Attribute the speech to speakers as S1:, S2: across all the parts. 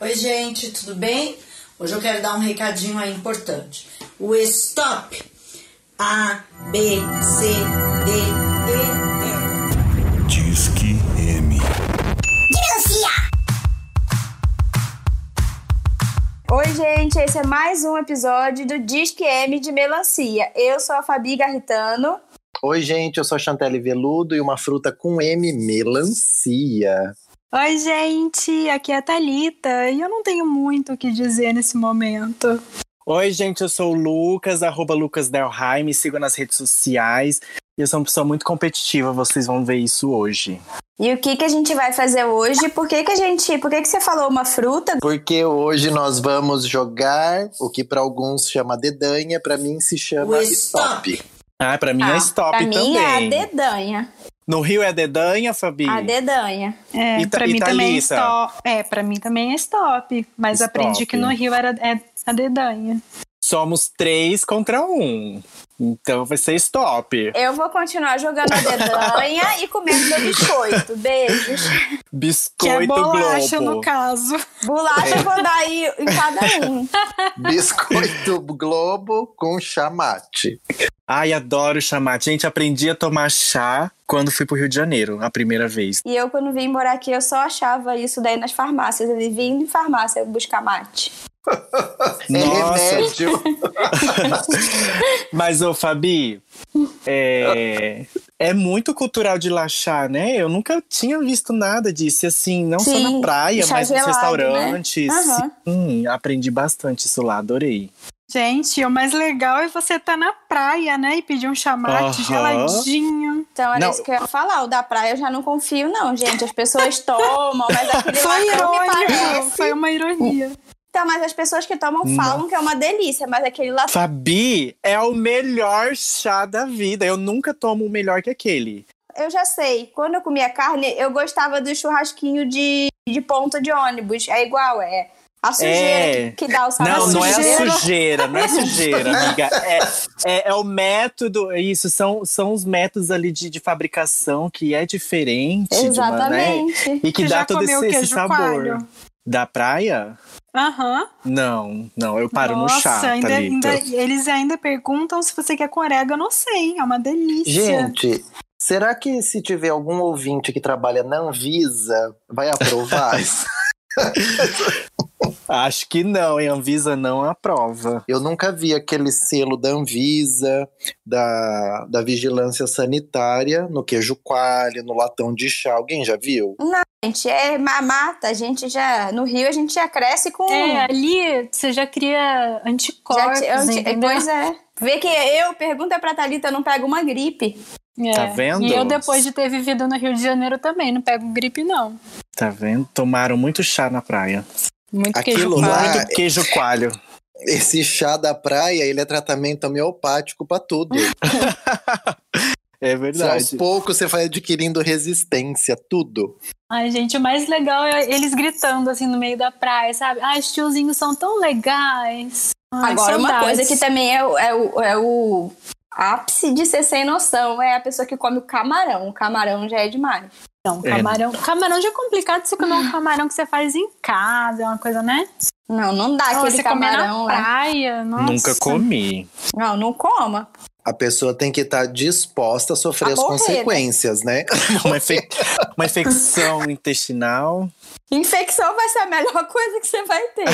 S1: Oi, gente, tudo bem? Hoje eu quero dar um recadinho aí importante. O stop A, B, C, D, E,
S2: Disque M.
S3: Oi, gente, esse é mais um episódio do Disque M de Melancia. Eu sou a Fabi Garritano.
S4: Oi, gente, eu sou a Chantelle Veludo e uma fruta com M, melancia.
S5: Oi, gente, aqui é a Thalita e eu não tenho muito o que dizer nesse momento.
S6: Oi, gente, eu sou o Lucas, arroba Lucas Delheim, me sigam nas redes sociais. Eu sou uma pessoa muito competitiva, vocês vão ver isso hoje.
S3: E o que, que a gente vai fazer hoje? Por que, que a gente. Por que, que você falou uma fruta?
S4: Porque hoje nós vamos jogar o que para alguns chama dedanha, para mim se chama
S1: O
S4: stop.
S6: Ah, pra mim é
S3: Ah,
S6: stop
S3: pra mim
S6: também.
S3: é a dedanha.
S6: No Rio é dedanha, Fabi?
S3: A dedanha.
S5: É,
S6: E Ta-
S5: pra
S6: e tá
S5: mim também é
S6: Thalita?
S5: stop. É, pra mim também é stop. Mas
S6: Stop.
S5: aprendi que no Rio era é a dedanha.
S6: Somos três contra um. Então vai ser stop.
S3: Eu vou continuar jogando a dedanha e comendo meu biscoito. Beijos.
S5: Que é
S6: Biscoito
S5: bolacha
S6: Globo.
S5: no caso.
S3: Bolacha eu vou dar aí em cada um.
S4: Biscoito Globo com chamate.
S6: Ai, adoro chamar. Gente, aprendi a tomar chá quando fui pro Rio de Janeiro, a primeira vez.
S3: E eu, quando vim morar aqui, eu só achava isso daí nas farmácias. Eu vivia indo em farmácia buscar mate.
S4: É
S6: Nossa.
S4: remédio.
S6: Mas, ô, Fabi, é, é muito cultural de laxar, né? Eu nunca tinha visto nada disso. E assim, não só
S3: Sim,
S6: na praia,
S3: chá
S6: mas
S3: gelado, né?
S6: nos restaurantes.
S3: Aham.
S6: Sim, aprendi bastante isso lá, adorei.
S5: Gente, o mais legal é você tá na praia, né? E pedir um chamate
S6: Aham.
S5: geladinho.
S3: Então era
S6: Não.
S3: isso que eu ia falar. O da praia eu já não confio, não, gente. As pessoas tomam, mas aquele lá
S5: Foi
S3: não me
S5: irônico,
S3: parece.
S5: foi uma ironia.
S3: Então, mas as pessoas que tomam falam que é uma delícia, mas aquele lá.
S6: Fabi é o melhor chá da vida. Eu nunca tomo o melhor que aquele.
S3: Eu já sei. Quando eu comia carne, eu gostava do churrasquinho de, de ponto de ônibus. É igual, é. A sujeira
S6: É.
S3: que, que dá o sabor.
S6: Não, não é
S5: sujeira.
S6: a sujeira, não é a sujeira, amiga. É, é- é o método, é isso, são, são os métodos ali de, de fabricação que é diferente. de uma, né?
S3: Exatamente.
S6: E que
S5: Você
S6: dá
S5: já
S6: todo
S5: comeu
S6: esse, esse
S5: queijo
S6: sabor.
S5: coalho?
S6: Da praia?
S5: Aham.
S6: Não, não, eu paro
S5: Nossa,
S6: no chá,
S5: ainda-
S6: Thalita.
S5: ainda- eles ainda perguntam se você quer com orégano ou sem. É uma delícia.
S4: Gente, será que se tiver algum ouvinte que trabalha na Anvisa, vai aprovar?
S6: Acho que não, e a Anvisa não aprova.
S4: Eu nunca vi aquele selo da Anvisa, da, da vigilância sanitária, no queijo coalho, no latão de chá. Alguém já viu?
S3: Gente, é ma- mata. A gente já. No Rio, a gente já cresce com.
S5: É, ali você já cria
S3: já,
S5: anticorpos,
S3: eu-
S5: entendeu?
S3: pois é. Vê que eu, pergunta pra Thalita, eu não pego uma gripe.
S5: É.
S6: Tá vendo?
S5: E eu, depois de ter vivido no Rio de Janeiro, também não pego gripe, não.
S6: Tá vendo? Tomaram muito chá na praia.
S5: Muito
S4: Aquilo
S5: queijo
S4: lá-
S5: coalho.
S6: Muito queijo coalho.
S4: Esse chá da praia, ele é tratamento homeopático pra tudo.
S6: É
S4: Você, aos
S6: verdade.
S4: poucos você vai adquirindo resistência, tudo.
S5: Ai, gente, o mais legal é eles gritando assim no meio da praia, sabe? Ai, os tiozinhos são tão legais. Ai,
S3: Agora, uma
S5: saudades.
S3: coisa que também é, o- é o, é o ápice de ser sem noção é a pessoa que come o camarão. O camarão já é demais.
S5: Não,
S6: É.
S5: camarão. Camarão já é complicado você
S3: Hum.
S5: comer um camarão que você faz em casa, é uma coisa, né?
S3: Não, não dá aquele
S5: você comer
S3: camarão é.
S5: na
S3: lá.
S5: praia, nossa.
S6: Nunca comi.
S3: Não, não coma.
S4: A pessoa tem que estar disposta a sofrer
S3: A
S4: as
S3: morrer, né?
S4: consequências, né?
S6: Uma, infec- uma infecção intestinal.
S3: Infecção vai ser a melhor coisa que você vai ter.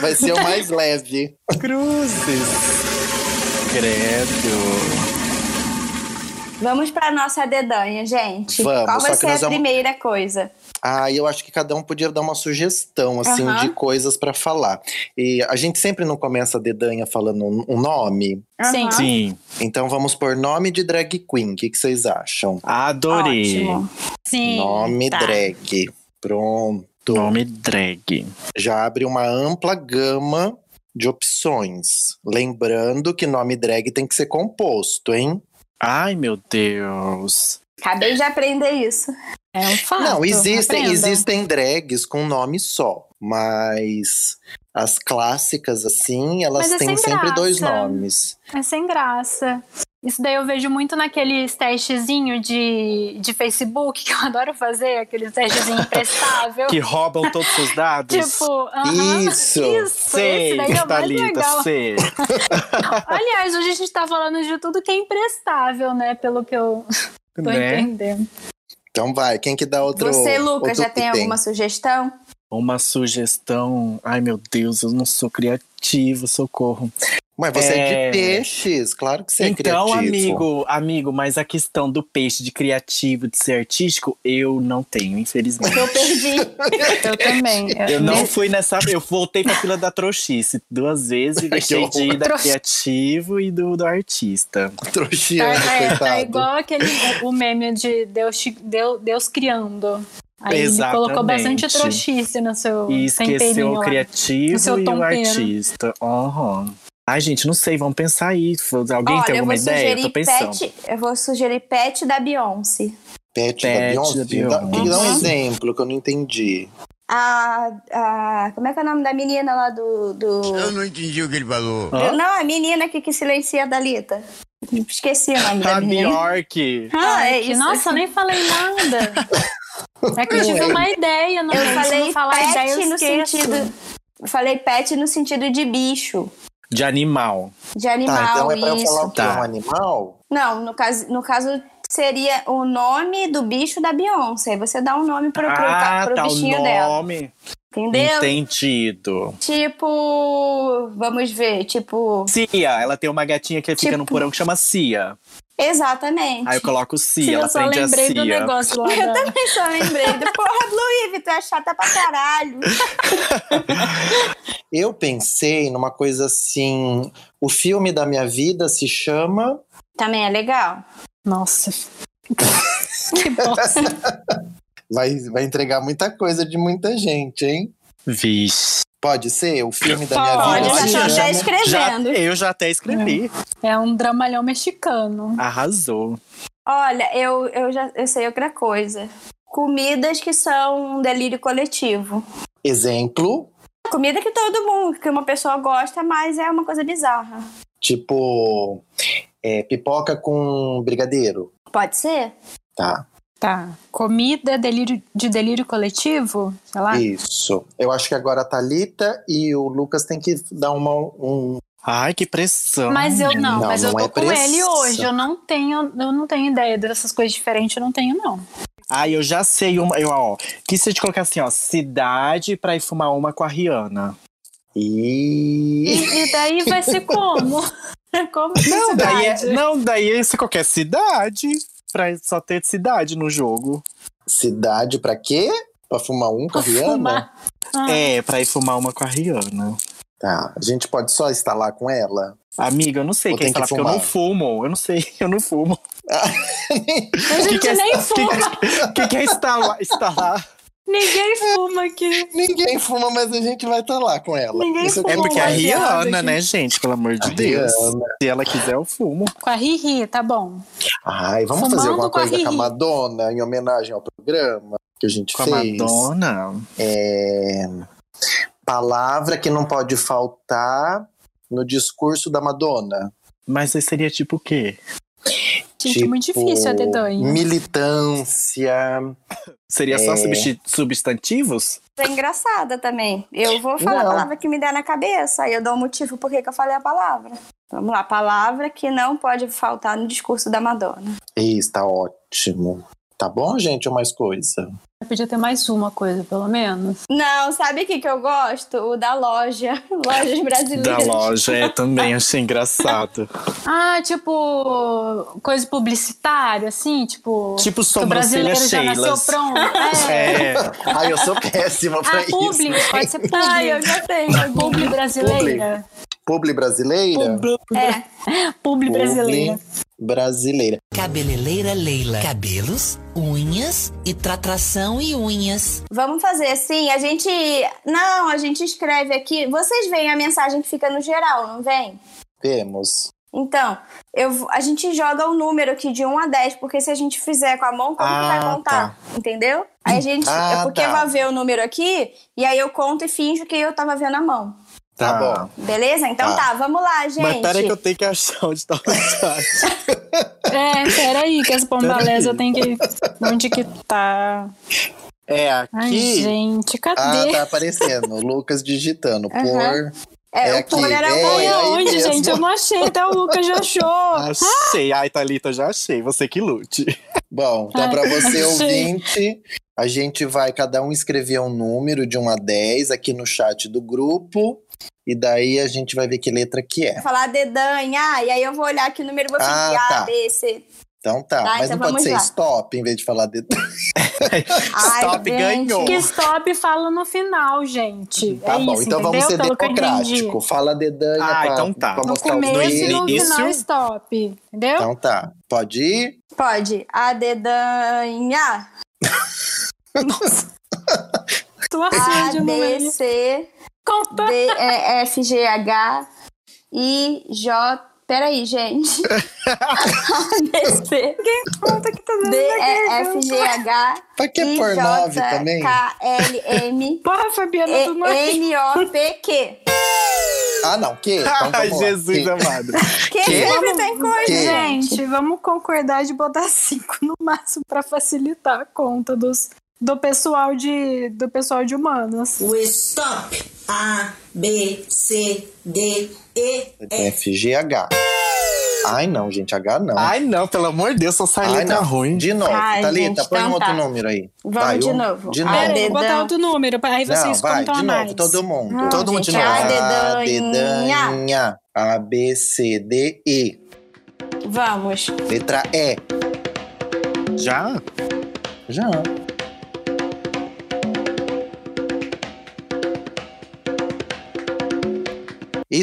S4: Vai ser o mais leve.
S6: Cruzes. Credo.
S3: Vamos pra nossa dedanha, gente.
S4: Vamos,
S3: Qual vai
S4: só que
S3: ser a
S4: nós vamos-
S3: primeira coisa?
S4: Ah, eu acho que cada um podia dar uma sugestão, assim,
S3: Aham.
S4: de coisas pra falar. E a gente sempre não começa a dedanha falando um- um nome.
S5: Sim.
S3: Aham.
S6: Sim,
S4: Então vamos por nome de drag queen. O que, que vocês acham?
S6: adorei.
S3: Ótimo.
S5: Sim.
S4: nome
S5: tá.
S4: drag. Pronto.
S6: Nome drag.
S4: Já abre uma ampla gama de opções. Lembrando que nome drag tem que ser composto, hein?
S6: Ai, meu Deus.
S3: Acabei de aprender isso.
S5: É um fato.
S4: não, existem,
S5: aprendam.
S4: existem drags com nome só, mas as clássicas assim, elas
S5: Mas é
S4: têm
S5: sem
S4: sempre dois
S5: graça.
S4: nomes.
S5: É sem graça. Isso daí eu vejo muito naqueles testezinho de, de Facebook, que eu adoro fazer, aqueles testezinho imprestável.
S6: Que roubam todos os seus dados.
S5: Tipo, aham,
S4: Isso.
S5: isso
S6: sei,
S5: esse daí é o mais
S6: Thalita,
S5: legal.
S6: sei.
S5: Aliás, hoje a gente tá falando de tudo que é imprestável, né? Pelo que eu tô
S6: né?
S5: entendendo.
S4: Então vai, quem que dá outro
S3: Você, Lucas,
S4: outro
S3: já tem
S4: item?
S3: alguma sugestão?
S6: Uma sugestão. Ai, meu Deus, eu não sou criativo, socorro.
S4: Mas você é...
S6: É.
S4: de peixes, claro que você
S6: então,
S4: é criativo.
S6: amigo, amigo, mas a questão do peixe de criativo, de ser artístico, eu não tenho, infelizmente.
S3: Eu perdi.
S5: Eu também.
S6: Eu não fui nessa. Eu voltei pra fila da trouxice duas vezes e deixei de ir da
S5: horror.
S6: criativo e do, do artista.
S5: Tá,
S4: Trouxiano,
S5: é, tá
S4: coitado.
S5: igual aquele o meme de Deus, te- Deus, Deus criando. Aí
S6: Exatamente.
S5: ele colocou bastante trouxice no seu
S6: E
S5: temperinho
S6: esqueceu o
S5: lá.
S6: criativo
S5: No seu
S6: e o
S5: tompeiro.
S6: artista. Aham. Ai, gente, não sei, vamos pensar isso. Alguém
S3: Olha,
S6: tem
S3: eu vou
S6: alguma ideia? Eu tô
S3: sugerir
S6: pensando.
S3: pet. Eu vou sugerir pet da Beyoncé.
S4: Pet,
S6: Pet
S4: da
S6: da
S4: Beyoncé. Dá,
S6: Beyoncé.
S4: me dá um
S3: Uhum.
S4: exemplo que eu não entendi.
S3: A, a- Como é que é o nome da menina lá do. do...
S7: Eu não entendi o que ele falou.
S6: Hã?
S3: Não, a menina que, que silencia a Dalita. Esqueci o
S5: Tá
S3: nome
S6: A
S3: da menina.
S6: Bjork.
S3: Ah, é
S5: Ai, que-
S3: isso.
S5: Nossa, nem falei nada. É que eu tive
S4: Ué.
S5: uma ideia, não
S3: Eu
S5: se
S3: falei
S5: não falar
S3: pet
S5: ideia, eu
S3: no
S5: esqueço.
S3: sentido. Eu falei pet no sentido de bicho,
S6: De animal.
S3: de animal.
S4: tá, então é pra eu
S3: isso.
S4: falar o quê?
S6: Tá.
S4: Um animal?
S3: Não, no caso, no caso seria o nome do bicho da Beyoncé. Aí você dá um nome pro, pro,
S6: ah,
S3: pro
S6: tá. O
S3: bichinho dela.
S6: nome.
S3: Entendeu?
S6: Entendido.
S3: Tipo. Vamos ver, tipo.
S6: Cia, ela tem uma gatinha que é fica
S3: Tipo-
S6: no porão que chama Cia.
S3: Exatamente.
S6: Aí eu coloco Cia,
S5: Sim, Tipo, eu
S6: ela assim,
S5: só
S6: prende a
S5: lembrei do
S6: Cia.
S5: negócio lá.
S3: Eu
S5: da-
S3: também só lembrei. do- Porra, Blue Ivy, tu é chata pra caralho.
S4: Eu pensei numa coisa assim. O filme da minha vida se chama.
S3: Também é legal.
S5: Nossa. que bosta.
S4: Vai, vai entregar muita coisa de muita gente, hein?
S6: Vixe.
S4: Pode ser? O filme da
S5: Pode,
S4: minha vida
S5: já
S4: se
S5: tô
S4: chama.
S3: até escrevendo.
S6: Já, eu já até escrevi.
S5: É um dramalhão mexicano.
S6: Arrasou.
S3: Olha, eu, eu já eu sei outra coisa. Comidas que são um delírio coletivo.
S4: Exemplo,
S3: Comida que todo mundo, que uma pessoa gosta, mas é uma coisa bizarra.
S4: tipo. é, pipoca com brigadeiro.
S3: Pode ser?
S4: Tá,
S5: Tá. Comida delírio, de delírio coletivo? Sei lá.
S4: isso. Eu acho que agora a Thalita e o Lucas têm que dar uma, um.
S6: Ai, que pressão.
S5: Mas eu não,
S4: Não,
S5: mas eu
S4: não
S5: tô
S4: é
S5: com ele
S4: pressão.
S5: hoje. Eu não tenho, eu não tenho ideia dessas coisas diferentes, eu não tenho, não.
S6: Ai, eu já sei uma. Eu, ó, que se a gente colocar assim, ó, cidade pra ir fumar uma com a Rihanna.
S4: E.
S5: E, e daí vai ser como? como que
S6: Não,
S5: isso
S6: daí é,
S5: vai?
S6: não, daí é se qualquer cidade. Pra só ter cidade no jogo.
S4: Cidade pra quê? Pra fumar um com a Rihanna?
S5: Fumar. Ah.
S6: É, pra ir fumar uma com a Rihanna.
S4: Tá. A gente pode só instalar com ela?
S6: Amiga, eu não sei
S4: Ou
S6: quem
S4: tem que
S6: falar, porque eu
S4: fumar?
S6: não fumo. Eu não sei, eu não fumo.
S5: A gente
S6: é-
S5: nem fuma.
S6: O que, que é instalar? instalar?
S5: Ninguém fuma aqui.
S4: Ninguém fuma, mas a gente vai estar lá com ela.
S5: Ninguém
S4: Isso
S5: fuma.
S6: É porque é a
S5: Fumar,
S6: Rihanna,
S5: gente.
S6: né, gente? Pelo amor de
S4: A
S6: Deus.
S4: Rihanna.
S6: Se ela quiser, eu fumo.
S5: Com a Riri, tá bom.
S4: Ai, vamos
S5: Fumando
S4: fazer alguma
S5: com a
S4: coisa com a
S5: Riri.
S4: Madonna em homenagem ao programa que a gente
S6: Com a
S4: fez.
S6: Madonna.
S4: É... Palavra que não pode faltar no discurso da Madonna.
S6: Mas aí seria tipo o quê?
S5: Gente, é muito
S6: Tipo,
S5: difícil a dedanha.
S4: Tipo, Militância.
S6: Seria só substi- substantivos?
S3: É engraçada também. Eu vou falar
S4: Não.
S3: a palavra que me der na cabeça, aí eu dou um motivo por que que eu falei a palavra. Vamos lá, palavra que não pode faltar no discurso da Madonna.
S4: Isso, tá ótimo. Tá bom, gente? Ou mais coisa?
S5: Podia ter mais uma coisa, pelo menos.
S3: Não, sabe o que, que eu gosto? O da loja. Lojas brasileiras.
S6: Da loja, é, também achei engraçado.
S5: Ah, tipo, coisa publicitária, assim, tipo.
S6: tipo
S5: que o
S6: sobrancelha
S5: brasileiro já nasceu
S6: Sheilas.
S5: pronto. É.
S6: É,
S4: Ai, eu sou péssima pra
S5: Ah,
S4: isso.
S5: publi, pode ser publi.
S3: Ai, eu já tenho.
S5: Publi brasileira.
S4: Publi brasileira?
S5: Publi brasileira.
S4: brasileira.
S8: Cabeleireira Leila. Cabelos, unhas e tratração e unhas.
S3: Vamos fazer assim, a gente. Não, a gente escreve aqui. Vocês veem a mensagem que fica no geral, não vem?
S4: Temos.
S3: Então, eu, a gente joga um número aqui de 1 a 10, porque se a gente fizer com a mão, como que vai
S6: Ah,
S3: contar? Entendeu? Aí a gente.
S4: tá. Ah,
S3: é porque
S4: tá.
S3: vai ver o número aqui, e aí eu conto e finjo que eu tava vendo a mão.
S4: Tá
S6: Ah.
S4: bom.
S3: Beleza? Então tá,
S4: Tá.
S3: vamos lá,
S6: Mas
S3: gente.
S6: peraí que eu tenho que achar onde tá o chat.
S5: É, peraí, que as pombalés
S6: Peraí.
S5: eu tenho que. Onde que tá?
S6: É
S5: Ai,
S6: aqui.
S5: gente,
S4: Ah,
S5: cadê?
S4: tá aparecendo. Lucas digitando. Por.
S3: É,
S4: É
S3: o
S4: aqui.
S3: Pulgar era
S4: É,
S3: o
S5: Ai,
S4: é aí
S5: aonde,
S4: mesmo.
S5: gente? Eu não achei, até o Lucas já achou.
S6: Achei. Ai, Thalita, já achei. Você que lute.
S4: Bom, então
S5: Ai,
S4: para você
S5: Ah, achei.
S4: ouvinte, a gente vai cada um escrever um número de 1 a 10 aqui no chat do grupo. E daí a gente vai ver que letra que é.
S3: falar dedanha, e aí eu vou olhar aqui o número e vou pedir
S4: Ah,
S3: A,
S4: tá.
S3: B, C.
S4: Então tá.
S3: Tá,
S4: Mas
S3: então
S4: não pode
S3: vamos
S4: ser
S3: lá.
S4: stop em vez de falar de.
S3: Ai,
S6: Stop
S3: gente.
S6: ganhou.
S5: Que stop fala no final, gente.
S4: Tá
S5: é
S4: bom,
S5: isso,
S4: então vamos
S5: entendeu?
S4: ser
S5: Pelo que eu entendi.
S4: democrático. Fala dedanha
S6: Ah,
S4: pra,
S6: então tá.
S4: pra
S6: No
S5: No
S4: mostrar os
S5: começo e
S4: dedos.
S5: no
S6: Isso.
S5: final, é stop. Entendeu?
S4: Então tá. Pode ir?
S3: Pode. A dedanha.
S5: Tô afim
S3: A,
S5: de um
S3: B,
S5: número.
S3: C,
S5: Conta.
S3: D, E, F, é, G, H, I, J. Peraí, gente. A, B, C,
S5: Conta que tá dando
S3: D, E,
S5: gaguejando.
S3: é, F, G, H,
S4: Pra que
S3: I,
S4: pôr
S3: J,
S4: 9 também?
S3: K, L, M,
S5: Porra, Fabiana,
S3: E,
S5: tu não é.
S3: N, O, P, Q.
S4: Ah, não. Que? Então,
S6: Ai,
S4: vamos lá.
S6: Jesus
S4: Que?
S6: amado.
S3: Que sempre tem coisa,
S4: Que?
S3: gente.
S5: Gente, vamos concordar de botar cinco no máximo pra facilitar a conta dos, do pessoal de do pessoal de humanas.
S1: O stop. A, B, C, D, E, F.
S4: É F, G, H. Ai, não, gente. H não.
S6: Ai, não, pelo amor de Deus, só sai
S4: Ai,
S6: letra
S4: não.
S6: Tá ruim.
S4: De novo.
S3: Ai,
S4: Thalita,
S3: gente,
S4: põe
S3: então
S4: um outro
S3: tá.
S4: número aí.
S3: Vamos
S4: Vai,
S3: de
S4: um-
S3: novo.
S4: De
S3: Ah,
S4: novo.
S5: Pera aí,
S3: dedão.
S5: vou botar outro número, pra- aí
S4: Não,
S5: vocês
S4: vai,
S5: contam a
S4: de
S5: mais.
S4: novo, todo mundo.
S3: Não,
S6: Todo mundo
S3: Ah, gente,
S6: de novo.
S3: A,
S4: A,
S3: dedanha.
S4: dedanha. A, B, C, D, E.
S3: Vamos.
S4: Letra E.
S6: Já?
S4: Já.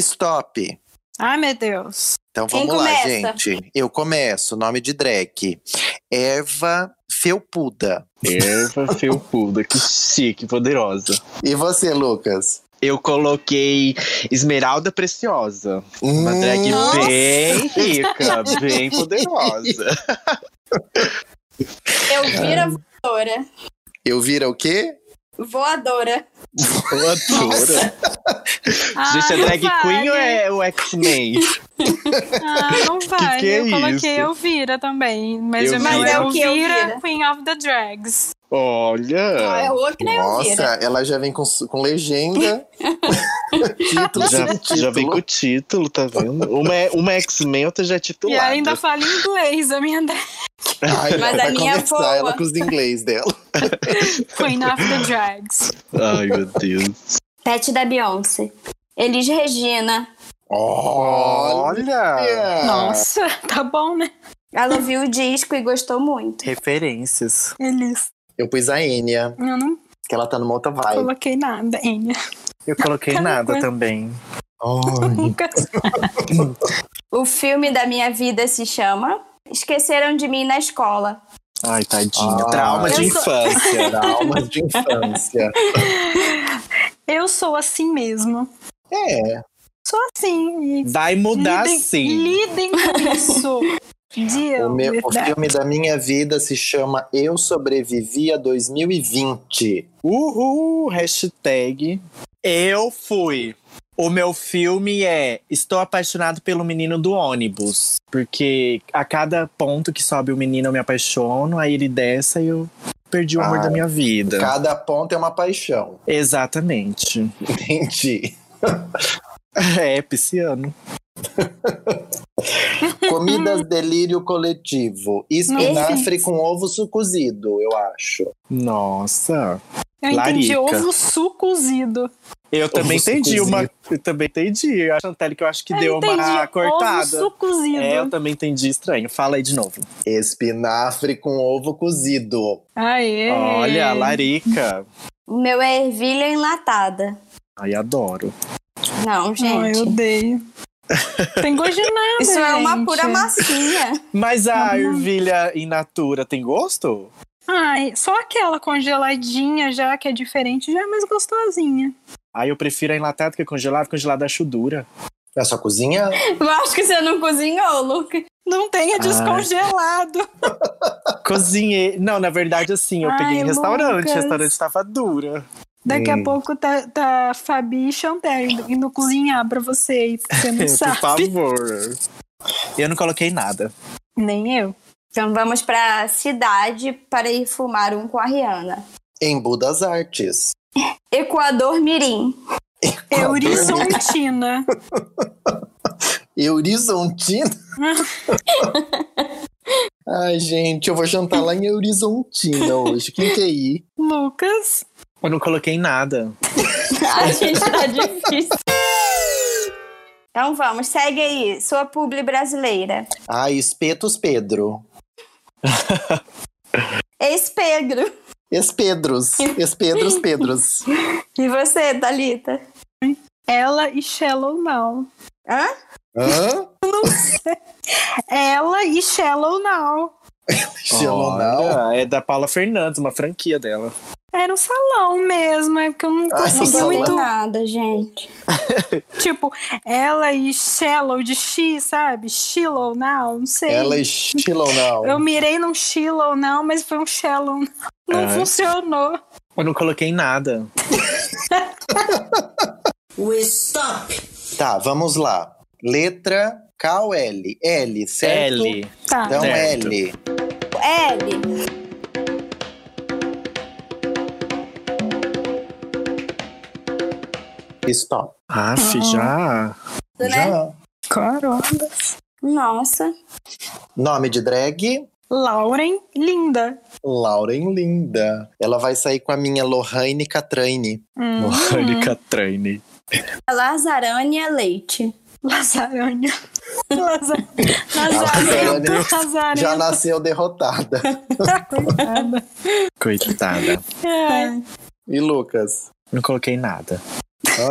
S4: Stop.
S5: Ai, Ah, meu Deus.
S4: Então
S3: Quem
S4: vamos lá,
S3: começa?
S4: gente. Eu começo. Nome de drag. Erva Felpuda.
S6: Erva felpuda, que chique, poderosa.
S4: E você, Lucas?
S6: Eu coloquei Esmeralda Preciosa. Uma drag
S4: Hum,
S6: bem rica, bem poderosa.
S3: Eu viro a voadora.
S4: Eu vira o quê?
S3: Voadora.
S6: Voadora. Gente,
S5: Ah,
S6: a drag
S5: não
S6: queen
S5: vale.
S6: ou é o X-Men?
S5: Ah, não vai.
S6: que é
S5: eu coloquei
S6: isso?
S5: Elvira também. Mas o
S6: Elvira.
S5: meu
S6: Mas
S5: é
S6: é
S3: o que, Elvira?
S5: Elvira, Queen of the Drags.
S3: Ah, é
S6: Olha.
S3: outra nem
S4: Nossa,
S3: Elvira.
S4: ela já vem com, su- com legenda. título,
S6: Já,
S4: subtítulo.
S6: já vem com o título, tá vendo? Uma é, uma é X-Men, outra já é
S5: E
S6: titulada.
S5: ainda fala inglês, a minha drag
S4: Ai, não,
S3: Mas a
S4: vai
S3: minha é
S4: começar
S3: voa.
S4: ela com os inglês dela.
S5: Queen of the Drags.
S6: Ai, meu Deus.
S3: Pet da Beyoncé. Elis Regina.
S6: Olha!
S5: Nossa, tá bom, né?
S3: Ela ouviu o disco e gostou muito.
S6: Referências.
S5: Eles.
S4: Eu pus a Enya,
S5: Eu não
S4: que ela tá numa outra vibe.
S5: coloquei nada, hein?
S6: Eu coloquei nada também.
S4: Ai.
S5: Nunca.
S3: O filme da minha vida se chama Esqueceram de Mim na Escola.
S6: Ai, tadinho.
S4: Ah.
S6: Trauma de
S5: Eu sou-
S6: infância.
S4: Traumas de infância.
S5: Eu sou assim mesmo.
S4: É.
S5: Sou assim. E
S6: Vai mudar
S5: lidem,
S6: sim.
S5: Lidem com isso. Deal
S4: O, meu,
S5: with
S4: o
S5: that.
S4: filme da minha vida se chama Eu Sobrevivi a 2020.
S6: Uhul! Hashtag. Eu fui. O meu filme é Estou apaixonado pelo menino do ônibus. Porque a cada ponto que sobe o menino eu me apaixono, aí ele desce e eu perdi o amor
S4: Ah.
S6: da minha vida.
S4: Cada ponto é uma paixão.
S6: Exatamente.
S4: Entendi.
S6: É, pisciano.
S4: Comidas delírio coletivo. Espinafre com ovo sucozido, eu acho.
S6: Nossa.
S5: Eu entendi
S6: Larica.
S5: ovo su cozido.
S6: Eu também
S4: Ovo
S6: entendi uma.
S4: cozido.
S6: Eu também entendi. A Chantelle que eu acho que
S5: Eu
S6: deu uma
S5: entendi,
S6: cortada.
S5: Ovo su cozido.
S6: É, eu também entendi estranho. Fala aí de novo.
S4: Espinafre com ovo cozido.
S5: Aê.
S6: Olha, larica.
S3: O meu é ervilha enlatada.
S6: Ai, adoro.
S3: Não,
S5: Ai, eu
S3: gente.
S5: odeio. Tem gosto de nada,
S3: Isso é uma
S5: gente.
S3: pura massinha.
S6: Mas a ervilha in natura tem gosto?
S5: Ai, só aquela congeladinha já, que é diferente, já é mais gostosinha.
S6: Ai, eu prefiro a enlatada que a congelada. Congelada acho dura.
S4: É só cozinha?
S3: Eu acho que você não cozinhou, Luca.
S5: Não tenha
S4: Ah,
S5: descongelado.
S6: Cozinhei. Não, na verdade, assim, eu
S5: Ai,
S6: peguei em restaurante.
S5: Lucas.
S6: Restaurante tava dura.
S5: Daqui a pouco tá, tá Fabi e Chantel indo, indo cozinhar pra vocês. que Você não
S6: Por
S5: sabe.
S6: favor. Eu não coloquei nada.
S5: Nem eu.
S3: Então vamos pra cidade para ir fumar um com a Rihanna.
S4: Em Budas Artes.
S3: Equador Mirim.
S4: Ah,
S5: Eurisontina.
S4: Eurizontina. Ai, gente, eu vou jantar lá em Eurizontina hoje. é Quem quer ir?
S5: Lucas.
S6: Eu não coloquei nada.
S3: A gente tá difícil. Então vamos, segue aí. Sua publi brasileira.
S4: Ai, espetos Pedro.
S3: Ex-Pedro.
S4: Espedros. Espedros Pedros.
S3: E você, Thalita?
S5: Ela e Shallow Now.
S3: Hã?
S4: Hã?
S5: Ela e Shallow Now.
S4: Gelonal.
S6: Olha, É da Paula Fernandes, uma franquia dela.
S5: Era um salão mesmo, é porque eu não
S4: Ai,
S5: consegui
S4: Ah, salão.
S5: muito.
S3: nada, gente.
S5: Tipo, ela e Shallow de X, sabe? Shallow Now, não sei.
S4: Ela é Gelonal.
S5: Eu mirei num Shallow Now, mas foi um Shallow. Now. Não
S4: Ah.
S6: Ai.
S5: funcionou.
S6: Eu não coloquei nada.
S1: O stop.
S4: Tá, vamos lá. Letra K-L. L, certo?
S6: L.
S5: Tá.
S4: Então,
S6: Certo.
S4: L.
S3: L.
S4: Stop.
S5: Ah,
S6: Aff, já.
S3: Né?
S4: Já.
S5: Caramba.
S3: Nossa.
S4: Nome de drag?
S5: Lauren, linda.
S4: Lauren Linda. Ela vai sair com a minha Lohane Catraine.
S5: Hum.
S6: Mônica Traine.
S3: Lazarânia Leite.
S5: Lasaranha. Lasaranha.
S4: Lazarento.
S5: Lazarento.
S4: Já nasceu derrotada.
S5: Coitada.
S6: Coitada.
S5: É.
S4: E Lucas?
S6: Não coloquei nada.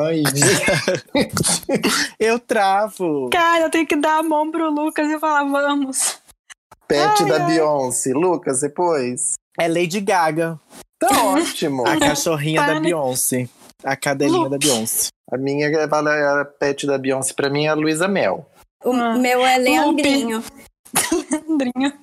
S4: Ai, gente.
S6: Eu travo.
S5: Cara, eu tenho que dar a mão pro Lucas e falar, vamos.
S4: pet
S5: Ai,
S4: da
S5: ai.
S4: Beyoncé. Lucas, depois?
S6: É Lady Gaga.
S4: Tá ótimo.
S6: A cachorrinha da
S5: Para.
S6: Beyoncé. A cadelinha
S5: Lu-
S6: da Beyoncé.
S4: A minha é a pet da Beyoncé pra mim é a Luísa Mel.
S3: O
S5: Ah.
S3: meu é Leandrinho.
S5: Andrinha.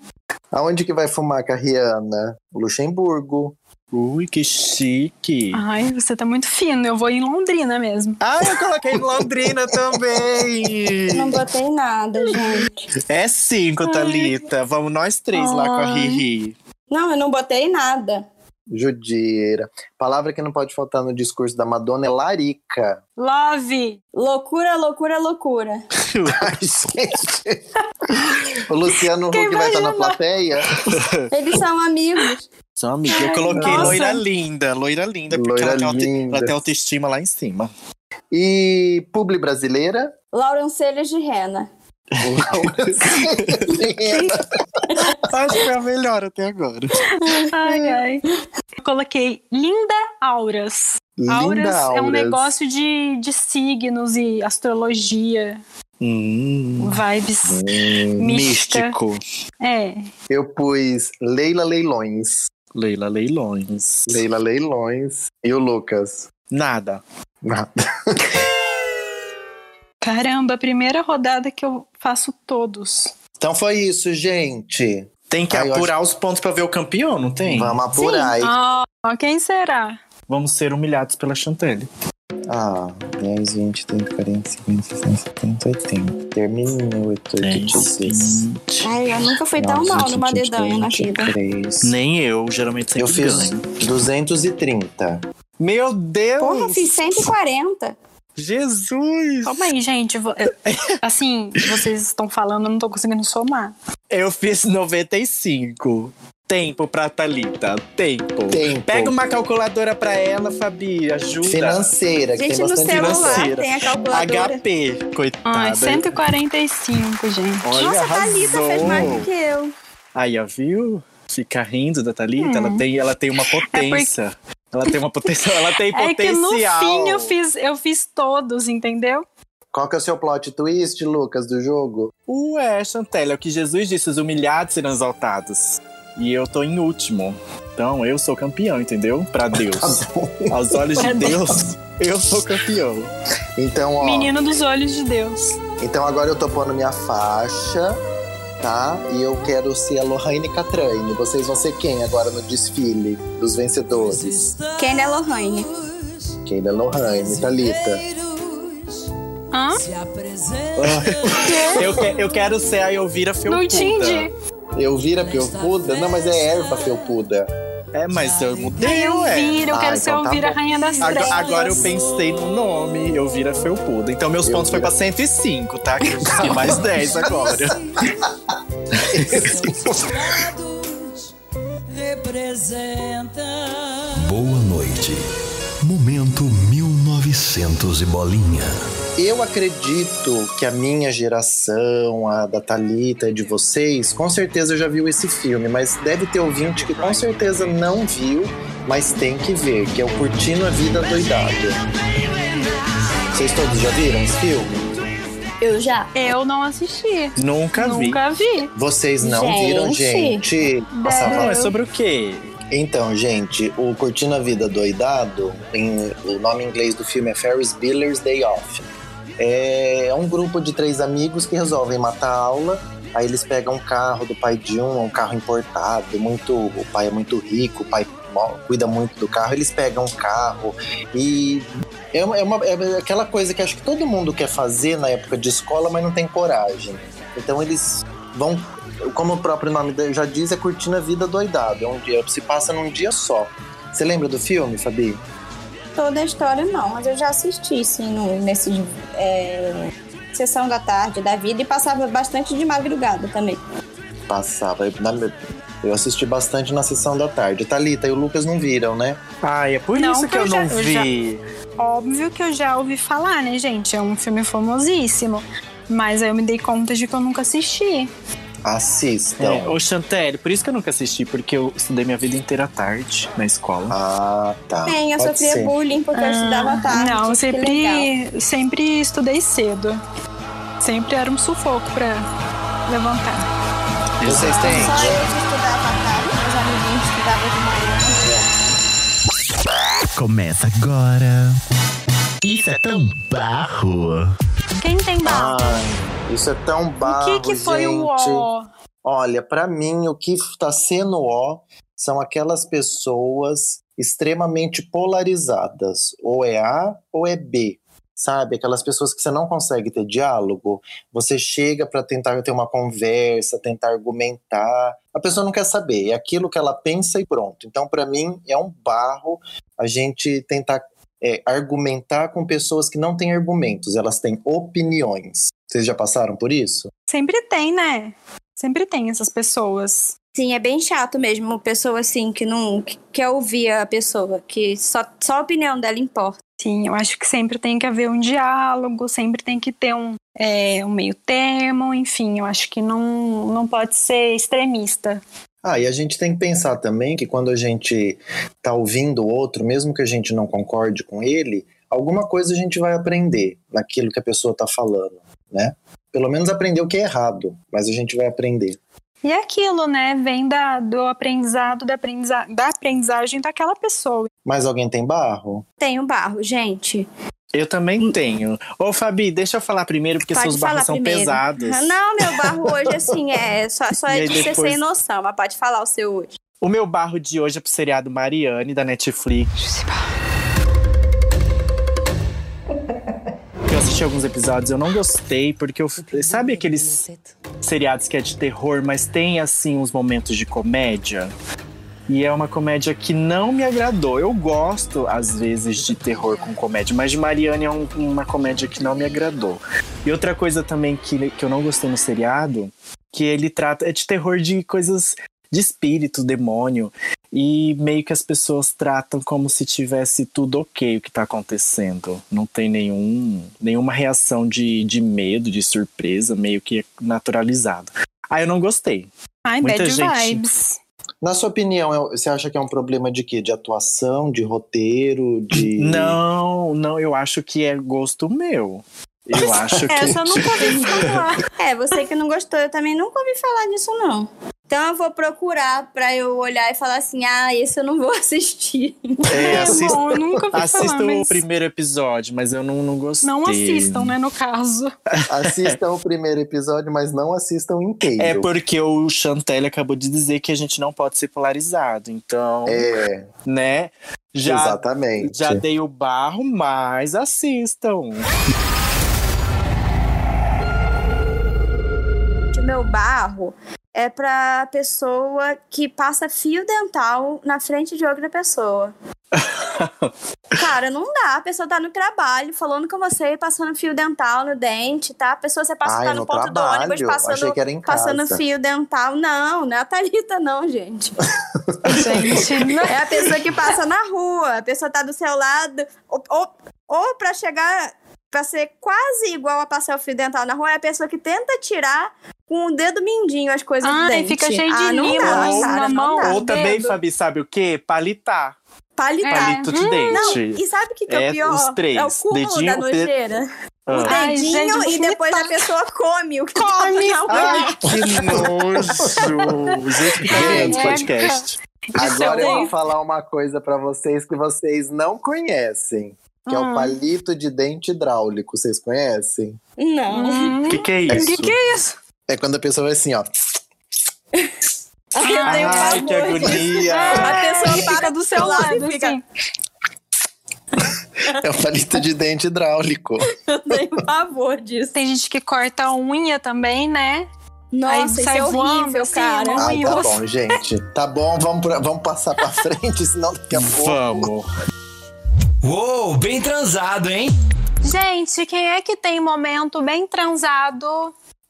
S4: Aonde que vai fumar com a Rihanna? Luxemburgo.
S6: Ui, que chique.
S4: Ah.
S5: Ai, você tá muito fino. Eu vou em Londrina mesmo.
S6: Ah, eu coloquei Londrina também.
S3: Não botei nada, gente.
S6: É cinco, Thalita. Vamos nós três lá com a
S5: Ai.
S6: Riri.
S3: Não, eu não botei nada.
S4: Judira. Palavra que não pode faltar no discurso da Madonna é larica.
S5: Love.
S3: Loucura, loucura, loucura.
S4: Ai, gente. O Luciano
S5: Quem
S4: Huck vai estar na
S5: imagina?
S4: plateia.
S3: Eles são amigos.
S6: Só amiga. Eu coloquei
S5: nossa.
S6: loira linda. Loira linda, porque
S4: Loira
S6: ela, tem auto-
S4: linda.
S6: ela tem autoestima lá em cima.
S4: E publi brasileira?
S3: Laurancelhas de Rena.
S6: Acho que é a melhor até agora.
S4: É.
S5: Ai, ai. Eu coloquei Linda Auras.
S4: Linda
S5: Auras é um
S4: Auras.
S5: negócio de, de signos e astrologia,
S6: Hum,
S5: vibes.
S4: Hum,
S5: mística.
S6: místico.
S5: É.
S4: Eu pus Leila Leilões.
S6: Leila Leilões.
S4: Leila Leilões. E o Lucas?
S6: Nada.
S4: Nada.
S5: Caramba, primeira rodada que eu faço todos.
S4: Então foi isso, gente.
S6: Tem que
S4: Ah, eu
S6: apurar os pontos pra ver o campeão, não tem?
S4: Vamos apurar. hein?
S5: Ah, quem será?
S6: Vamos ser humilhados pela Chantelle.
S4: Ah, 10, 20, 30, 40, 50, 60, 70, 80. Termina 8, 8, 16.
S3: Ai, eu nunca fui tão mal numa
S4: tipo
S3: dedanha na vida.
S6: Nem eu, geralmente sempre
S4: Eu fiz
S6: ganho.
S4: 230.
S6: Meu Deus!
S3: Porra, eu fiz 140.
S4: É
S6: Jesus!
S5: Calma aí, gente. Vo- eu- Assim, vocês estão falando, eu não tô conseguindo somar.
S6: Eu fiz 95. Tempo pra Thalita. Tempo.
S4: Tempo.
S6: Pega uma calculadora pra ela, Fabi. Ajuda.
S4: Financeira, que
S3: Gente,
S4: tem
S3: no
S4: bastante
S3: celular
S6: financeira.
S3: tem a calculadora.
S6: HP, coitada.
S5: Ai, 145, gente.
S6: Tá, Olha,
S3: Nossa, a Thalita
S6: arrasou.
S3: fez mais do que eu.
S6: Aí, ó, viu? Fica rindo da Thalita.
S5: É.
S6: Ela, tem, ela tem uma potência. Ela tem uma potência. Ela tem
S5: É que no
S6: potencial.
S5: fim eu fiz, eu fiz todos, entendeu?
S4: Qual que é o seu plot twist, Lucas, do jogo?
S6: Ué, Chantelle, é o que Jesus disse: os humilhados serão exaltados. E eu tô em último. Então eu sou campeão, entendeu? Pra Deus. Aos olhos
S5: É
S6: de Deus, eu sou campeão.
S4: Então, ó.
S5: Menino dos olhos de Deus.
S4: Então agora eu tô pondo minha faixa, tá? E eu quero ser a Lohane Catraine. Vocês vão ser quem agora no desfile dos vencedores?
S3: Quem é Lohane?
S4: Keila Lohane, Thalita.
S5: Hã?
S6: Eu, que- eu quero ser a Elvira Felpuda.
S5: Não entendi.
S4: Eu vira felpuda? Não, mas é erva felpuda.
S6: É, mas eu é. mudei,
S5: Eu
S6: ué.
S5: vira, eu
S4: Ah, então
S5: quero ser
S4: tá
S5: Elvira,
S4: bom.
S5: rainha das
S6: Agora,
S5: trevas.
S6: agora eu pensei no nome, Elvira Felpuda. Então meus pontos foi pra 105, tá? Que eu fiquei mais 10 agora.
S2: Boa noite. Momento 1900 e bolinha.
S4: Eu acredito que a minha geração, a da Thalita e de vocês, com certeza já viu esse filme, mas deve ter ouvinte que com certeza não viu, mas tem que ver, que é o Curtindo a Vida Doidada. Vocês todos já viram esse filme?
S7: Eu já.
S5: Eu não assisti.
S6: Nunca vi.
S5: Nunca vi.
S4: Vocês não viram, gente?
S7: Gente.
S4: Passava
S6: Não, é sobre o quê?
S4: Então, gente, o Curtindo a Vida Doidado, em- o nome em inglês do filme é Ferris Bueller's Day Off. É um grupo de três amigos que resolvem matar a aula. Aí eles pegam um carro do pai de um, um carro importado, muito, o pai é muito rico, o pai mo- cuida muito do carro. Eles pegam um carro e é, uma, é, uma- é aquela coisa que acho que todo mundo quer fazer na época de escola, mas não tem coragem. Então eles vão como o próprio nome dele já diz, é curtindo a vida doidado. É um dia, se passa num dia só. Você lembra do filme, Fabi?
S3: Toda a história não, mas eu já assisti, sim, no, nesse é, sessão da tarde da vida e passava bastante de madrugada também.
S4: Passava. Eu, na- eu assisti bastante na sessão da tarde. Thalita e o Lucas não viram, né?
S6: Ai, é por
S5: Não,
S6: isso que eu
S5: eu já-
S6: não
S5: eu já-
S6: vi.
S5: Óbvio que eu já ouvi falar, né, gente? É um filme famosíssimo. Mas aí eu me dei conta de que eu nunca assisti.
S4: Assistam.
S6: É, Ô, Chantelle, por isso que eu nunca assisti, porque eu estudei minha vida inteira à tarde na escola.
S4: Ah, tá.
S3: Bem, eu
S4: Pode
S3: sofria
S4: ser.
S3: bullying porque eu estudava à tarde.
S5: Ah, não, eu
S3: que legal.
S5: sempre, sempre estudei cedo. Sempre era um sufoco pra levantar.
S4: Ah, Vocês
S3: Só eu que
S4: têm?
S3: estudava à tarde, meus amiguinhos estudavam de manhã.
S8: Começa agora. Isso é tão barro.
S5: Quem tem barro?
S4: Ai, isso é tão
S5: o
S6: Ah,
S4: barro,
S5: que, que foi
S4: gente.
S5: o O?
S4: Olha, pra mim, o que tá sendo ó são aquelas pessoas extremamente polarizadas. Ou é A ou é B. Sabe? Aquelas pessoas que você não consegue ter diálogo. Você chega pra tentar ter uma conversa, tentar argumentar. A pessoa não quer saber. É aquilo que ela pensa e pronto. Então, pra mim, é um barro a gente tentar é, argumentar com pessoas que não têm argumentos. Elas têm opiniões. Vocês já passaram por isso?
S5: Sempre tem, né? Sempre tem essas pessoas.
S3: Sim, é bem chato mesmo. Pessoa assim que não que quer ouvir a pessoa, que só, só a opinião dela importa.
S5: Sim, eu acho que sempre tem que haver um diálogo, sempre tem que ter um, é, um meio termo, enfim, eu acho que não, não pode ser extremista.
S4: Ah, e a gente tem que pensar também que quando a gente tá ouvindo o outro, mesmo que a gente não concorde com ele, alguma coisa a gente vai aprender naquilo que a pessoa tá falando, né? Pelo menos aprender o que é errado, mas a gente vai aprender.
S5: E é aquilo, né? Vem da, do aprendizado, da, aprendiza, da aprendizagem daquela pessoa.
S4: Mas alguém tem barro?
S3: Tem um barro, gente.
S6: Eu também tenho. Ô, Fabi, deixa eu falar primeiro, porque
S3: Pode
S6: seus barros
S3: falar
S6: são
S3: primeiro.
S6: pesados.
S3: Não, meu barro hoje, assim, é só, só
S6: E
S3: é
S6: aí
S3: de ser
S6: depois-
S3: sem noção, mas pode falar o seu hoje.
S6: O meu barro de hoje é pro seriado Mariane, da Netflix. Eu assisti alguns episódios, eu não gostei, porque eu. Sabe aqueles seriados que é de terror, mas tem assim uns momentos de comédia? E é uma comédia que não me agradou. Eu gosto, às vezes, de terror com comédia, mas de Mariane é um- uma comédia que não me agradou. E outra coisa também que, que eu não gostei no seriado, que ele trata. É de terror de coisas de espírito, demônio. E meio que as pessoas tratam como se tivesse tudo ok o que tá acontecendo. Não tem nenhum, nenhuma reação de, de medo, de surpresa, meio que naturalizado. Ah, eu não gostei.
S5: Ai,
S6: Muita
S5: bad
S6: gente.
S5: vibes.
S4: Na sua opinião, é- você acha que é um problema de quê? De atuação, de roteiro, de
S6: Não, não, eu acho que é gosto meu. Eu acho que.
S5: Essa eu É, nunca ouvi falar.
S3: É, você que não gostou, eu também nunca ouvi falar disso, não. Então eu vou procurar pra eu olhar e falar assim: ah, esse eu não vou assistir.
S6: É, assista-
S5: bom, eu nunca vi falar,
S6: Assistam o
S5: mas
S6: primeiro episódio, mas eu não, não gostei.
S5: não assistam, né, no caso.
S4: Assistam o primeiro episódio, mas não assistam inteiro.
S6: É porque o Chantel acabou de dizer que a gente não pode ser polarizado. Então,
S4: É,
S6: né? Já,
S4: exatamente.
S6: já dei o barro, mas assistam.
S3: O meu barro é pra pessoa que passa fio dental na frente de outra pessoa. Cara, não dá. A pessoa tá no trabalho falando com você, passando fio dental no dente, tá? A pessoa você passa
S4: Ai,
S3: tá no,
S4: no
S3: ponto
S4: trabalho.
S3: do ônibus passando,
S4: Achei que era em
S3: passando
S4: casa.
S3: fio dental. Não, não é a Thalita, não, gente.
S5: Gente, não.
S3: É a pessoa que passa na rua, a pessoa tá do seu lado. Ou, ou, ou pra chegar, pra ser quase igual a passar o fio dental na rua, é a pessoa que tenta tirar com o dedo mindinho as coisas do
S5: Ai,
S3: dente.
S5: fica cheio de
S3: ah, não
S5: limo
S3: dá,
S6: na
S3: cara, não
S5: mão.
S3: dá.
S5: o
S6: Ou também,
S5: dedo.
S6: Fabi, sabe o quê? Palitar.
S3: Palitar.
S6: Palito de dente.
S3: É. Hum. Não, e sabe o que, que é,
S6: É,
S3: o pior?
S6: os três.
S3: É o cúmulo
S6: Dedinho,
S3: da nojeira. O
S6: Ah.
S5: Ai,
S3: dedinho
S5: gente,
S3: e
S5: vou
S3: depois a
S5: vomitar.
S3: pessoa come o que
S5: Come.
S3: Tá na boca.
S6: Ai, que nojo! Gente, que
S5: Ai,
S6: grande podcast.
S4: Agora eu vou
S5: Então,
S4: falar uma coisa pra vocês que vocês não conhecem. Que é
S5: Hum.
S4: o palito de dente hidráulico, vocês conhecem?
S3: Não.
S5: hum,
S6: O que, que é
S5: O
S6: isso?
S5: que, que é isso?
S4: É quando a pessoa vai assim, ó.
S3: Eu tenho
S6: Ai,
S3: pavor
S6: que
S3: disso.
S6: agonia!
S3: A pessoa
S5: Ele
S3: para
S5: fica do seu lado,
S3: e fica.
S5: assim.
S4: É o palito de dente hidráulico.
S3: Eu tenho pavor disso.
S5: Tem gente que corta a unha também, né? Aí
S3: Nossa, isso
S5: sai
S3: é
S5: voando,
S3: horrível,
S5: assim,
S3: cara.
S5: não-
S4: Ai, tá
S5: Nossa.
S4: bom, gente. Tá bom, vamos, pra- vamos passar pra frente, senão daqui a pouco.
S6: Vamos!
S2: Uou, bem transado, hein?
S5: Gente, quem é que tem momento bem transado?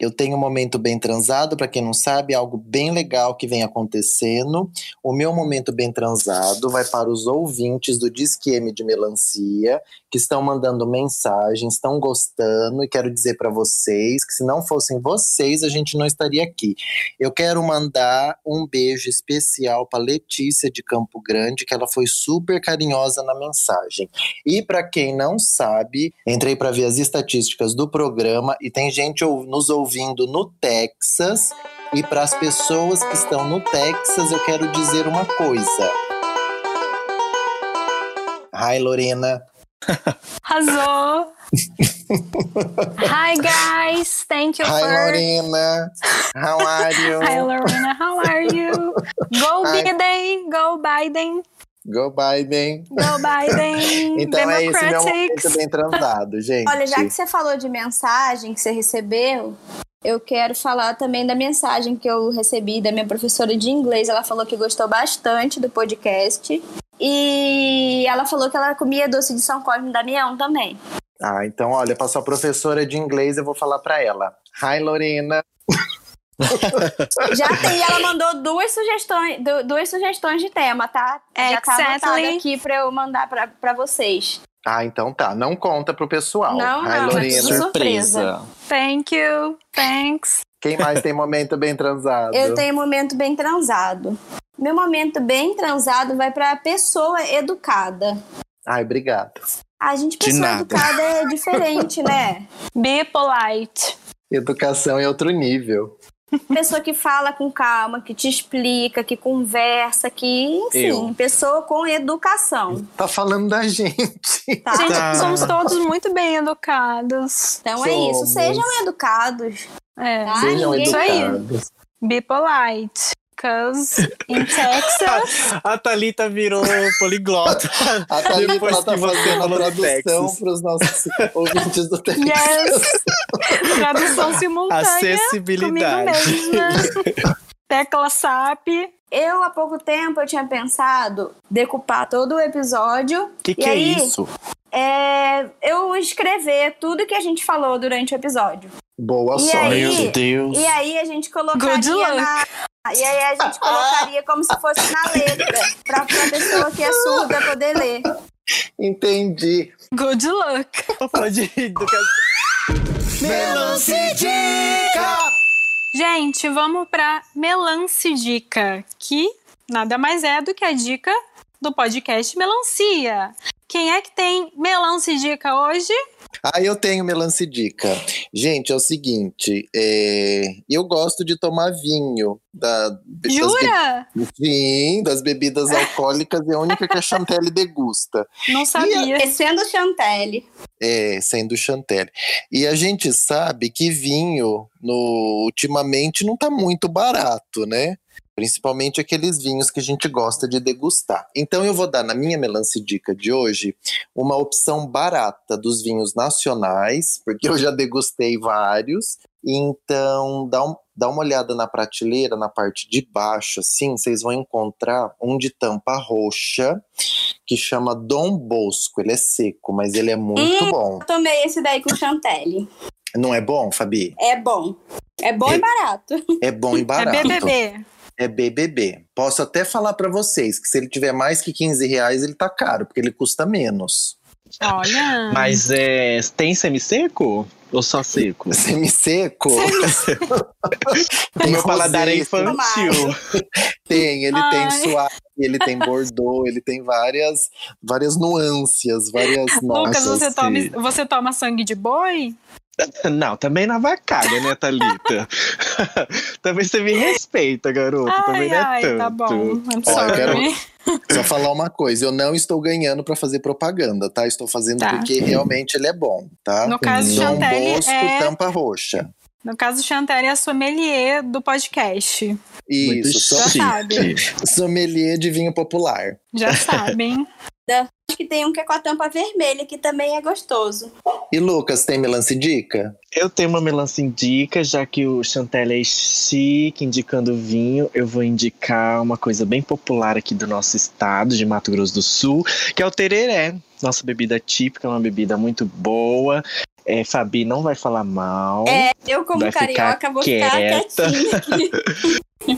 S4: Eu tenho um momento bem transado, pra quem não sabe, é algo bem legal que vem acontecendo. O meu momento bem transado vai para os ouvintes do Disque M de Melancia, que estão mandando mensagens, estão gostando, e quero dizer pra vocês que se não fossem vocês, a gente não estaria aqui. Eu quero mandar um beijo especial pra Letícia de Campo Grande, que ela foi super carinhosa na mensagem. E para quem não sabe, entrei para ver as estatísticas do programa e tem gente ou- nos ouvindo no Texas. E para as pessoas que estão no Texas, eu quero dizer uma coisa. Ai, Lorena.
S5: Arrasou! Hi, guys! Thank you
S4: Hi,
S5: for...
S4: Lorena. How are you?
S5: Hi, Lorena. How are you? Go
S4: Hi.
S5: Biden! Go Biden!
S4: Go Biden.
S5: Go Biden!
S4: Então é esse meu momento
S5: Democratics!
S4: bem transado, gente.
S3: Olha, já que você falou de mensagem que você recebeu, eu quero falar também da mensagem que eu recebi da minha professora de inglês. Ela falou que gostou bastante do podcast. E ela falou que ela comia doce de São Cosme e Damião também.
S4: Ah, então olha, para sua professora de inglês, eu vou falar para ela. Hi, Lorena.
S3: Já tem, ela mandou duas sugestões, du- duas sugestões de tema, tá? Já tá anotado
S5: Exactly.
S3: aqui pra eu mandar pra, pra vocês.
S4: Ah, então tá. Não conta pro pessoal.
S3: Não,
S4: Ai,
S3: não,
S4: Lorena.
S3: mas-
S6: Surpresa!
S5: Thank you! Thanks!
S4: Quem mais tem momento bem transado?
S3: Eu tenho um momento bem transado. Meu momento bem transado vai pra pessoa educada.
S4: Ai, obrigado.
S3: A gente,
S6: De
S3: pessoa
S6: nada.
S3: educada é diferente, né?
S5: Be polite!
S4: Educação é outro nível.
S3: Pessoa que fala com calma, que te explica, que conversa, que, enfim,
S6: Eu.
S3: pessoa com educação.
S4: Tá falando da gente.
S3: Tá?
S5: Gente,
S6: Tá.
S5: somos todos muito bem educados.
S3: Então é isso.
S4: Somos.
S3: Sejam educados.
S5: É.
S3: Ai,
S4: Sejam
S3: ninguém-
S5: Isso aí.
S4: educados.
S5: Be polite. Cause in Texas.
S6: A Thalita virou poliglota.
S4: A Thalita
S6: Depois
S4: ela tá
S6: que você
S4: fazendo a
S6: falou do
S4: tradução
S6: Texas.
S4: pros nossos ouvintes do Texas.
S5: yes. Tradução simultânea. Comigo
S6: Acessibilidade.
S5: mesma. Tecla SAP.
S3: Eu, há pouco tempo, eu tinha pensado decupar todo o episódio.
S6: O que,
S3: e
S6: que é
S3: aí,
S6: isso?
S3: é, eu escrever tudo que a gente falou durante o episódio.
S4: Boa
S3: E
S4: sorte.
S3: aí?
S6: Meu Deus.
S3: E aí a gente
S5: Good
S3: colocaria
S5: luck.
S3: na. E aí a gente colocaria como se fosse na letra, pra, pra pessoa que é surda poder ler.
S4: Entendi.
S5: Good luck.
S6: Pode ir do que-
S5: Gente, vamos pra Melance Dica, que nada mais é do que a dica do podcast Melancia. Quem é que tem Melance Dica hoje?
S4: Aí eu tenho melance dica. Gente, é o seguinte, é, eu gosto de tomar vinho. Da, das
S5: Jura?
S4: be- Sim, das bebidas alcoólicas é a única que a Chantelle degusta.
S5: Não sabia.
S3: Descendo Chantelle.
S4: É, sendo Chantelle. E a gente sabe que vinho, no, ultimamente, não tá muito barato, né? Principalmente aqueles vinhos que a gente gosta de degustar. Então eu vou dar na minha melance dica de hoje uma opção barata dos vinhos nacionais, porque eu já degustei vários. Então dá, um- dá uma olhada na prateleira, na parte de baixo, assim, vocês vão encontrar um de tampa roxa que chama Dom Bosco. Ele é seco, mas ele é muito bom.
S3: Eu tomei esse daí com Chantelle.
S4: Não é bom, Fabi?
S3: É bom. É bom e barato.
S4: É bom e
S5: É
S4: barato.
S5: BBB.
S4: É BBB. Posso até falar pra vocês que se ele tiver mais que 15 reais, ele tá caro, porque ele custa menos.
S5: Olha.
S6: Mas é, tem semi-seco? Ou só seco?
S4: Semi-seco?
S6: O
S4: Tem
S6: meu paladar é
S4: rosé,
S6: infantil.
S4: Tem, ele
S5: Ai.
S4: tem suave, ele tem bordeaux, ele tem várias, várias nuances, várias
S5: Lucas,
S4: notas.
S5: você
S6: sim.
S5: toma, você toma sangue de boi?
S6: Não, também na vacada, né, Thalita? também você me respeita, garoto. também
S5: Ai,
S6: não é
S5: ai,
S6: tanto.
S5: tá bom. né? I'm
S4: Ó, eu
S5: sorry. tá-
S4: Só falar uma coisa, eu não estou ganhando pra fazer propaganda, tá? Estou fazendo
S5: Tá.
S4: porque realmente ele é bom, tá?
S5: No caso,
S4: Dom
S5: Chantelle
S4: Bosco,
S5: é-
S4: tampa roxa.
S5: No caso, Chantelle é a sommelier do podcast.
S6: Muito
S4: Isso, som-
S6: chique.
S5: sabe.
S4: sommelier de vinho popular.
S5: Já sabem.
S3: Acho que tem um que é com a tampa vermelha, que também é gostoso.
S4: E Lucas, tem melance dica?
S6: Eu tenho uma melancia indica, já que o Chantelle é chique, indicando vinho, eu vou indicar uma coisa bem popular aqui do nosso estado, de Mato Grosso do Sul, que é o tereré. Nossa bebida típica, é uma bebida muito boa. É, Fabi não vai falar mal.
S3: É, eu como
S6: Vai ficar
S3: carioca vou ficar
S6: quieta.
S3: quietinha aqui.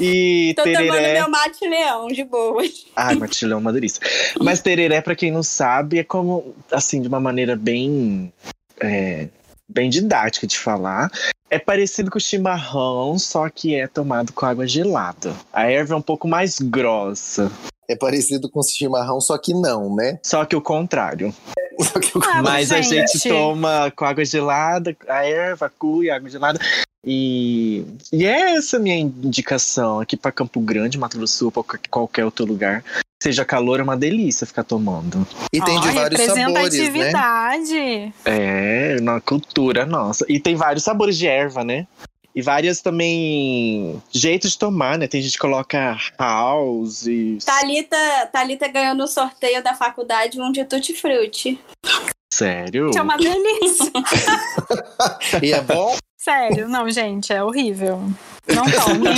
S6: E
S3: Tô tomando
S6: tereré.
S3: meu mate leão, de boas.
S6: Ai, matilhão é uma delícia. Mas tereré, pra quem não sabe, é como, assim, de uma maneira bem. é, bem didática de falar. É parecido com chimarrão, só que é tomado com água gelada. A erva é um pouco mais grossa,
S4: É parecido com chimarrão, só que não, né?
S6: só que o contrário.
S4: Só que o
S5: Ah,
S6: mas a gente toma com água gelada, a erva cui, água gelada. E, e é essa minha indicação aqui pra Campo Grande, Mato Grosso do Sul, pra qual- qualquer outro lugar. Seja calor, é uma delícia ficar tomando.
S4: E tem de
S5: Ó,
S4: vários sabores, né?
S5: representatividade.
S6: É, na cultura nossa. E tem vários sabores de erva, né? E várias também jeitos de tomar, né? Tem gente que coloca house. e-
S5: Tá
S3: Thalita, Thalita ganhou no sorteio da faculdade um de tutti-frutti.
S6: Sério?
S5: Que é uma delícia.
S4: E é bom?
S5: Sério, não, gente, é horrível. Não tomem.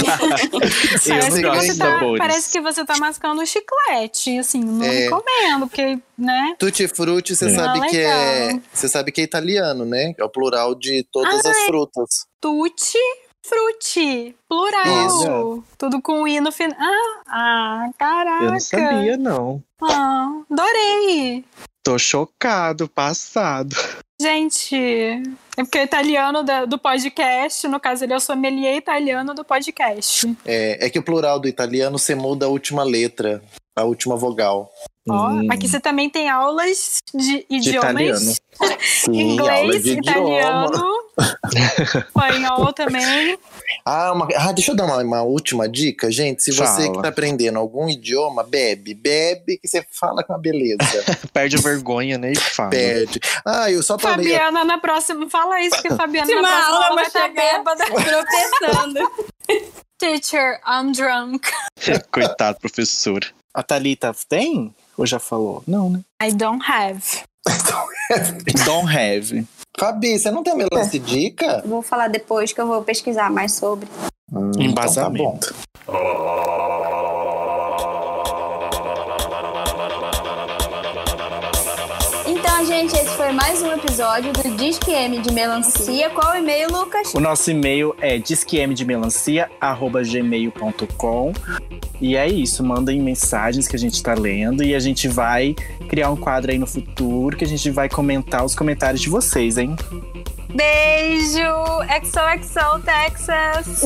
S6: Eu não
S5: Parece que,
S6: gosto
S5: você
S6: de
S5: tá,
S6: sabores.
S5: parece que você tá mascando chiclete, assim, não
S4: É.
S5: recomendo, porque, né?
S4: Tutti frutti, você
S6: É.
S4: sabe
S5: Ah,
S4: que é,
S5: legal. Ah,
S4: você sabe que é italiano, né? É o plural de todas
S5: é.
S4: as frutas.
S5: Tutti frutti, plural. Tudo com i no final. Ah, ah, caraca.
S6: Eu não sabia, não.
S5: Ah, adorei.
S6: Tô chocado, passado.
S5: Gente, é porque o italiano da- do podcast, no caso ele é o sommelier italiano do podcast.
S4: É, é que o plural do italiano você muda a última letra, a última vogal.
S5: Ó,
S6: Hum.
S5: aqui você também tem aulas de
S6: De italiano.
S5: idiomas.
S4: Sim, aula
S5: Inglês,
S4: de idioma.
S5: italiano, espanhol também.
S4: Ah, uma- ah, deixa eu dar uma, uma última dica, gente. Se você
S6: Fala.
S4: que tá aprendendo algum idioma, bebe, bebe que você fala com a beleza.
S6: Perde a vergonha, né? E fala.
S4: Perde. Ah, eu só falei.
S5: Fabiana na próxima. Fala isso, porque Fabiana
S3: Se
S5: na
S3: uma
S5: próxima
S3: aula
S5: aula vai
S3: vai
S5: estar
S3: chegar-
S5: bêbada.
S3: Tropeçando.
S5: Teacher, I'm drunk.
S6: Coitado, professor. A Thalita tem? Ou já falou? Não, né?
S5: I don't have.
S6: Don't have.
S4: Fabi, você não tem melance dica? Hum,
S3: Vou falar depois que eu vou pesquisar mais sobre.
S6: Embasamento.
S4: Então tá bom.
S3: Então, gente, esse foi mais um episódio do Disque M de Melancia. Qual o e-mail, Lucas?
S6: O nosso e-mail é disquemdemelancia.gmail.com E é isso, mandem mensagens que a gente tá lendo e a gente vai criar um quadro aí no futuro que a gente vai comentar os comentários de vocês, hein?
S5: Beijo, XOXO Texas.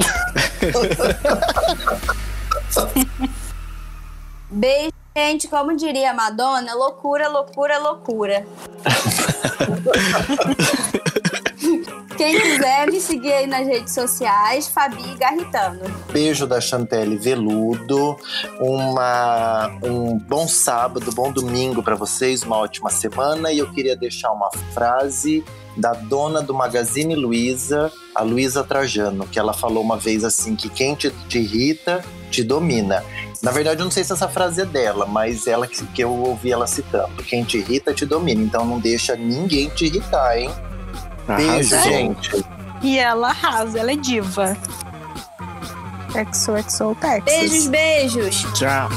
S3: Beijo. Gente, como diria a Madonna, loucura, loucura, loucura. Quem quiser me seguir aí nas redes sociais, Fabi Garritano.
S4: Beijo da Chantelle Veludo. Uma, um bom sábado, bom domingo para vocês, uma ótima semana. E eu queria deixar uma frase da dona do Magazine Luiza, a Luiza Trajano, que ela falou uma vez assim que quem te, te irrita te domina. Na verdade, eu não sei se essa frase é dela, mas ela que, que eu ouvi ela citando. Quem te irrita te domina. Então não deixa ninguém te irritar, hein? Beijo,
S5: Arrasou.
S4: gente.
S5: E ela arrasa, ela é diva. XOXO Texas.
S3: Beijos, beijos.
S6: Tchau.